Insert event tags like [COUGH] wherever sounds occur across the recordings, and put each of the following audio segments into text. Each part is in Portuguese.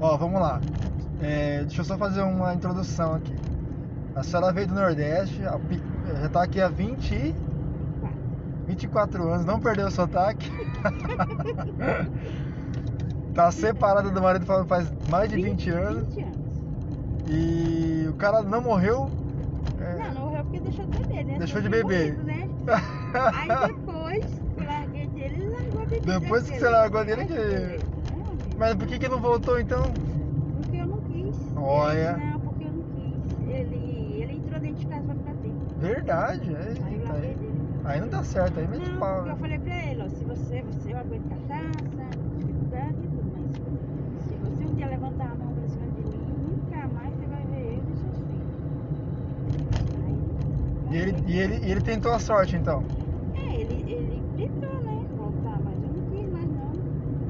Ó, vamos lá. É, deixa eu só fazer uma introdução aqui. A senhora veio do Nordeste, a pi- já tá aqui há 20 e- 24 anos, não perdeu o sotaque. [LAUGHS] tá separada do marido fa- faz mais de 20 anos 20 anos. e o cara não morreu. é, Não, não morreu porque deixou de beber, né? Deixou de Tinha beber. morrido, né? [LAUGHS] Aí depois, eu larguei dele, ele largou a bebida. Depois que dele. você largou dele, que- É, Mas por que que não voltou então? Porque eu não quis. Olha. Não, porque eu não quis. Ele, ele entrou dentro de casa pra me bater. Verdade, é, Aí eu tá larguei aí. dele. Aí não dá certo, aí mete não, pau. porque eu né? falei pra ele, ó, se você, você eu aguento cachaça, dificuldade e tudo, mas se você um dia levantar a mão pra cima de mim, nunca mais você vai ver eu e seus filhos. Aí, E ele, e, ele, e ele tentou a sorte então. É, ele, ele tentou, né, voltar, mas eu não quis mais não.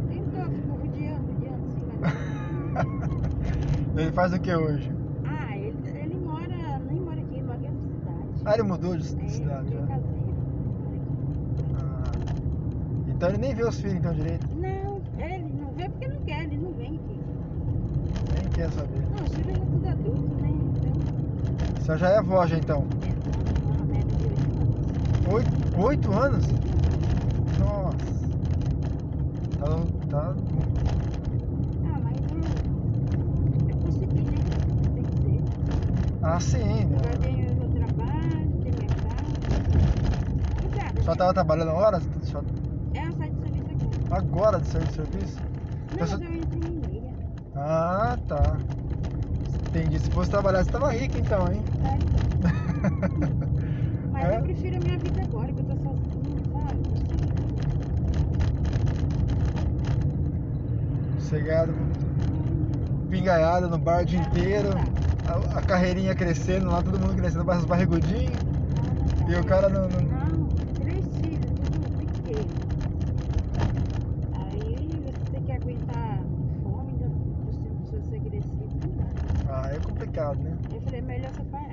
Tentou, ficou rodeando, rodeando assim, mas... [LAUGHS] Ele faz o que hoje? ah, ele, ele mora, nem mora aqui, ele mora aqui na cidade. Ah, ele mudou de c- de é, cidade, ele é né? caseiro, mora aqui. Ah, então ele nem vê os filhos então direito, Não, é, ele não vem porque não quer, ele não vem aqui. nem quer saber. Não, os filhos já tudo adulto, né? Então, Você já é avó já então. é uma média de oito anos. Oito, oito anos? Nossa. Tá, tá- Ah, mas eu, eu consegui, né? Tem que ser. Ah, sim. né? Agora tenho meu trabalho, tenho minha casa. Obrigada. Só né? tava trabalhando horas? Só É, eu saio de serviço aqui. agora de sair do serviço? Não, Essa- mas eu entro em meia. Ah, tá. Entendi. Se fosse trabalhar, você tava rico então, hein? [LAUGHS] sabe? Mas É? eu prefiro a minha vida agora, que eu tô sozinha, sabe? Chegado, né? pingaiada no bar o dia Ah, inteiro, tá. a, a carreirinha crescendo lá, todo mundo crescendo, os barrigudinhos. E o cara não- não- Não, três filhos, tudo pequeno. Aí você tem que aguentar fome, ainda por cima se você crescer, não dá. Ah, é complicado, né? né? Eu falei, "É melhor separar.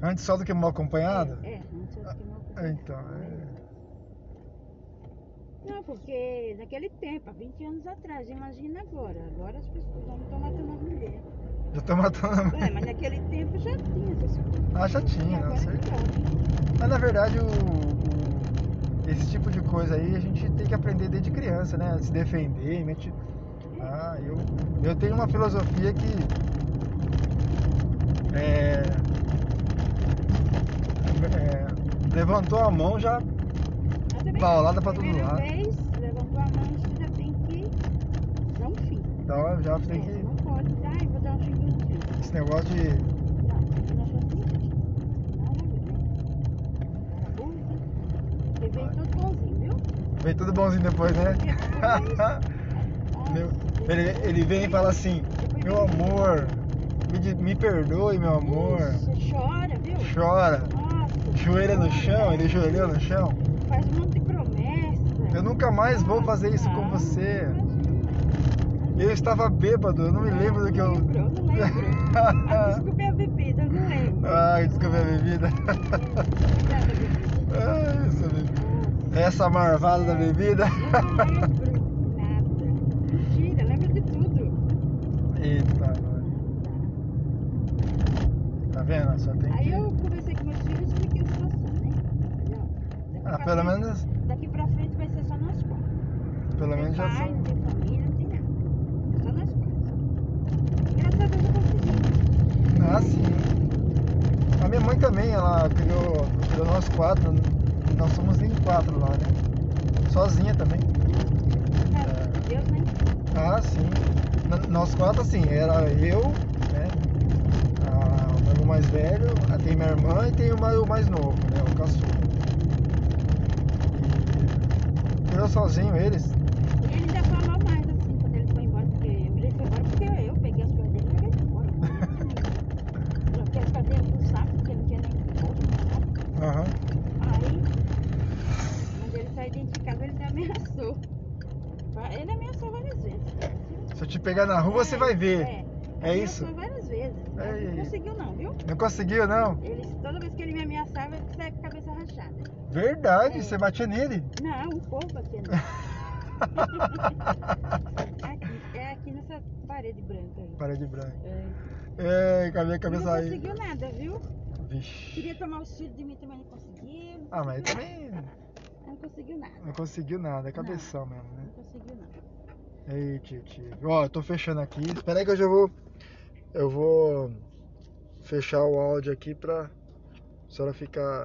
Tá Antes só do que mal acompanhado? É, é, não sei o que não É, Então, é. né? Não, porque naquele tempo, há 20 anos atrás, imagina agora. Agora as pessoas não estão matando a mulher. já tô matando a Ué, mãe. mas naquele tempo já tinha essas coisas. Ah, já tinha, E não agora sei. pior, né? Mas na verdade, o, o- esse tipo de coisa aí a gente tem que aprender desde criança, né? Se defender, mete. Ah, eu, eu tenho uma filosofia que. É, é, levantou a mão já. Mas é também, Paulada pra todo primeira lado. vez, levantou a mão, você já tem que dar um fim. dá- Já É, tem você que. não pode dar, eu vou dar um filho no filho. Esse negócio de. Não, eu não sou assim. Nada a ver. Era bonzinho. Você veio todo bonzinho, viu? Vem tudo bonzinho depois, [LAUGHS] né? É Nossa, Meu- você ele, é veio- ele vem e fala assim: depois Meu veio- amor, me, de- me perdoe, meu amor. Você chora, viu? Chora. Nossa, Joelha no chora, chão, ele né? joelhou no chão. Faz um monte de promessa. Eu nunca mais vou fazer isso com Não, você. imagina. Eu estava bêbado, eu não me lembro do que eu. Não lembro, eu não [LAUGHS] lembro. Ah, Desculpe a bebida, eu não lembro. Ai, desculpa a bebida. [LAUGHS] Obrigada, bebida. Ai, essa bebida. Nossa. Essa marvada da bebida. [LAUGHS] Eu não lembro nada. Mentira, lembro de tudo. Eita, mano. tá vendo? Só tem Aí que. eu conversei com meus filhos e expliquei a situação, né? Falei, ó, daqui Ah, pra pelo frente- menos. Daqui pra frente vai ser só nós quatro. Pelo menos já Não tem pai, são. não tem família, não tem nada. É só nós quatro. Graças a Deus eu consegui. né? Ah, sim. A minha mãe também, ela criou, criou nós quatro. Nós somos em quatro lá, né? Sozinha também. Graças a Deus, né? Ah, sim. N- Nós quatro, assim, era eu, né? a- o meu irmão mais velho, a- tem minha irmã e tem o ma- o mais novo, né? O caçula. E eu sozinho, eles. E ele ainda falou mais assim, quando ele foi embora, porque ele foi embora porque eu peguei as coisas dele e levei embora. Joguei as coisas dele no saco, porque ele não tinha nem roupa, nada. [LAUGHS] Aham. Aí, quando ele saiu dentro de casa, ele me ameaçou. Va- Ele ameaçou várias vezes. Se eu te pegar na rua, Ah, você vai ver. É, É isso? É Ameaçou várias vezes. mas Ei. Não conseguiu, não, viu? Não conseguiu, não? Ele, toda vez que ele me ameaçava, ele saia com a cabeça rachada. um Verdade, É. você batia nele. Não, o povo batendo. Aqui, né? é essa parede branca aí. [LAUGHS] Parede branca. É. É, com a minha cabeça não aí. conseguiu nada, viu? Vixe. Queria tomar o tiro de mim também, não conseguiu. Ah, mas também Não conseguiu nada. não conseguiu nada, é cabeção mesmo, né? Não conseguiu nada. Ei, tio, tio. Ó, eu tô fechando aqui. Espera aí que eu já vou. Eu vou fechar o áudio aqui pra senhora ficar.